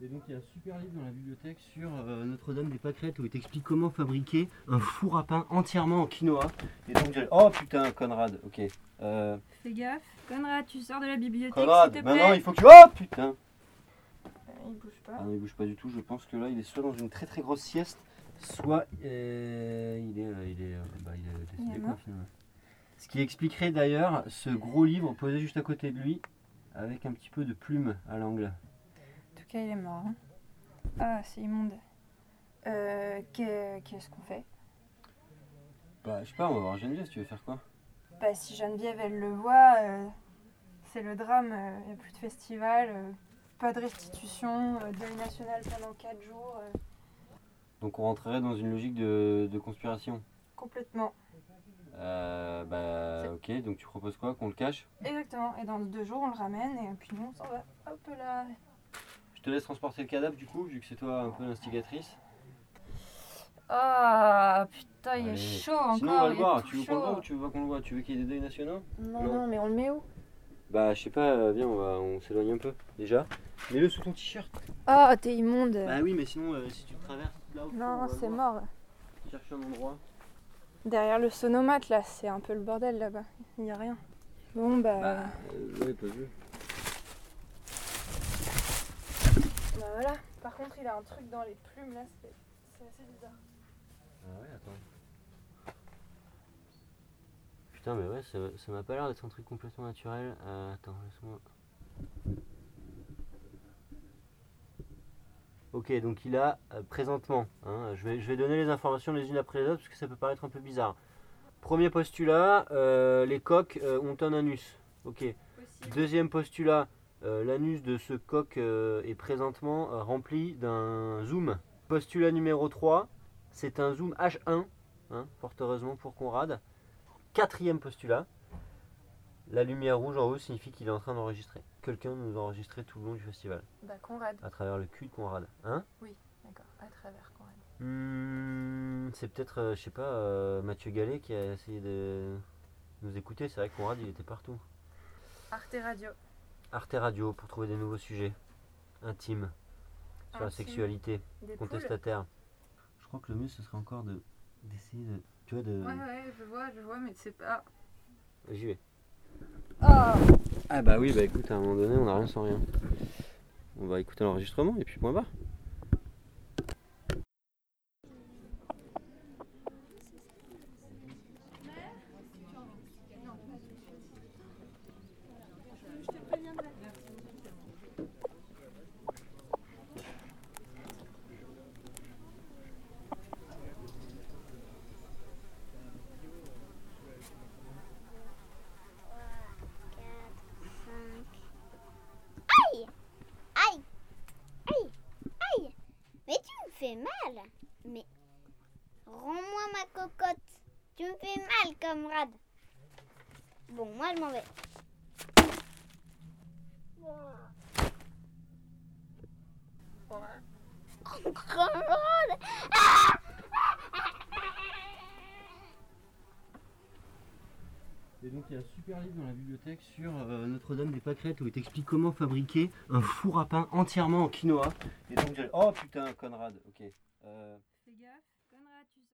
Et donc il y a un super livre dans la bibliothèque sur euh, Notre-Dame des Pâquerettes où il t'explique comment fabriquer un four à pain entièrement en quinoa. Et donc j'ai- oh putain Conrad, ok. Euh, Fais gaffe. Conrad, tu sors de la bibliothèque, Conrad, s'il te maintenant plaît. il faut que tu... Oh putain Il bouge Ah pas. non il bouge pas du tout, je pense que là il est soit dans une très très grosse sieste, soit euh, il est... euh, il est, euh, bah, il est Il est décédé quoi mort. finalement. Ce qui expliquerait d'ailleurs ce gros livre posé juste à côté de lui avec un petit peu de plume à l'angle. En tout cas, il est mort. hein. Ah, c'est immonde. Euh, qu'est- Qu'est-ce qu'on fait Bah je sais pas, on va voir Geneviève, tu veux faire quoi Bah, si Geneviève, elle le voit, euh, c'est le drame. Il n'y a plus de festival, euh, pas de restitution, euh, deuil national pendant 4 jours. euh, Donc on rentrerait dans une logique de- de conspiration. complètement. Euh, bah ok, donc tu proposes quoi Qu'on le cache Exactement. Et dans deux jours, on le ramène et puis nous, on s'en va. Hop là. Je te laisse transporter le cadavre du coup, vu que c'est toi un peu l'instigatrice. Ah putain, il Ouais. est chaud encore. Sinon on va le il est voir, tout tu veux qu'on chaud. le voit ou tu veux pas qu'on le voit Tu veux qu'il y ait des deuils nationaux Non, Non. non, mais on le met où Bah je sais pas, euh, viens on va on s'éloigne un peu déjà. Mets-le sous ton t-shirt. Ah, Oh, t'es immonde Bah oui mais sinon euh, si tu traverses là au Non, c'est mort. Cherche un endroit. Derrière le sonomate, là, c'est un peu le bordel là-bas. Il n'y a rien. Bon, bah. Bah euh, ouais pas vu. bah voilà. Par contre, il a un truc dans les plumes là, c'est c'est assez bizarre. Ah ouais attends. Putain mais ouais ça ça m'a pas l'air d'être un truc complètement naturel. Euh, attends laisse-moi. Ok, donc il a euh, présentement, hein, je, vais, je vais donner les informations les unes après les autres parce que ça peut paraître un peu bizarre. Premier postulat, euh, les coqs euh, ont un anus. Ok. Deuxième postulat, euh, l'anus de ce coq euh, est présentement euh, rempli d'un zoom. Postulat numéro 3, c'est un zoom H1, hein, fort heureusement pour Conrad. Quatrième postulat, la lumière rouge en haut signifie qu'il est en train d'enregistrer. Quelqu'un nous a enregistré tout le long du festival, Bah, Conrad. à travers le cul de Conrad. Hein D'accord, à travers Conrad. Hmm, c'est peut-être, euh, je sais pas, euh, Mathieu Gallet qui a essayé de nous écouter. C'est vrai que Conrad, il était partout. Arte Radio. Arte Radio pour trouver des nouveaux sujets intimes sur la Intime. sexualité, Des poules. contestataire. Je crois que le mieux, ce serait encore de d'essayer de, tu vois, de. Ouais, ouais, je vois, je vois, mais c'est pas. J'y vais. Ah Ah bah oui, bah écoute, à un moment donné, on a rien sans rien. On va écouter l'enregistrement et puis point barre. Aïe Aïe Aïe Aïe Mais tu me fais mal Mais rends-moi ma cocotte Tu me fais mal, camarade Bon, moi je m'en vais. Camarade Et donc il y a un super livre dans la bibliothèque sur euh, Notre-Dame des Pâquerettes où il t'explique comment fabriquer un four à pain entièrement en quinoa. Et donc j'ai- oh putain Conrad, ok. Euh,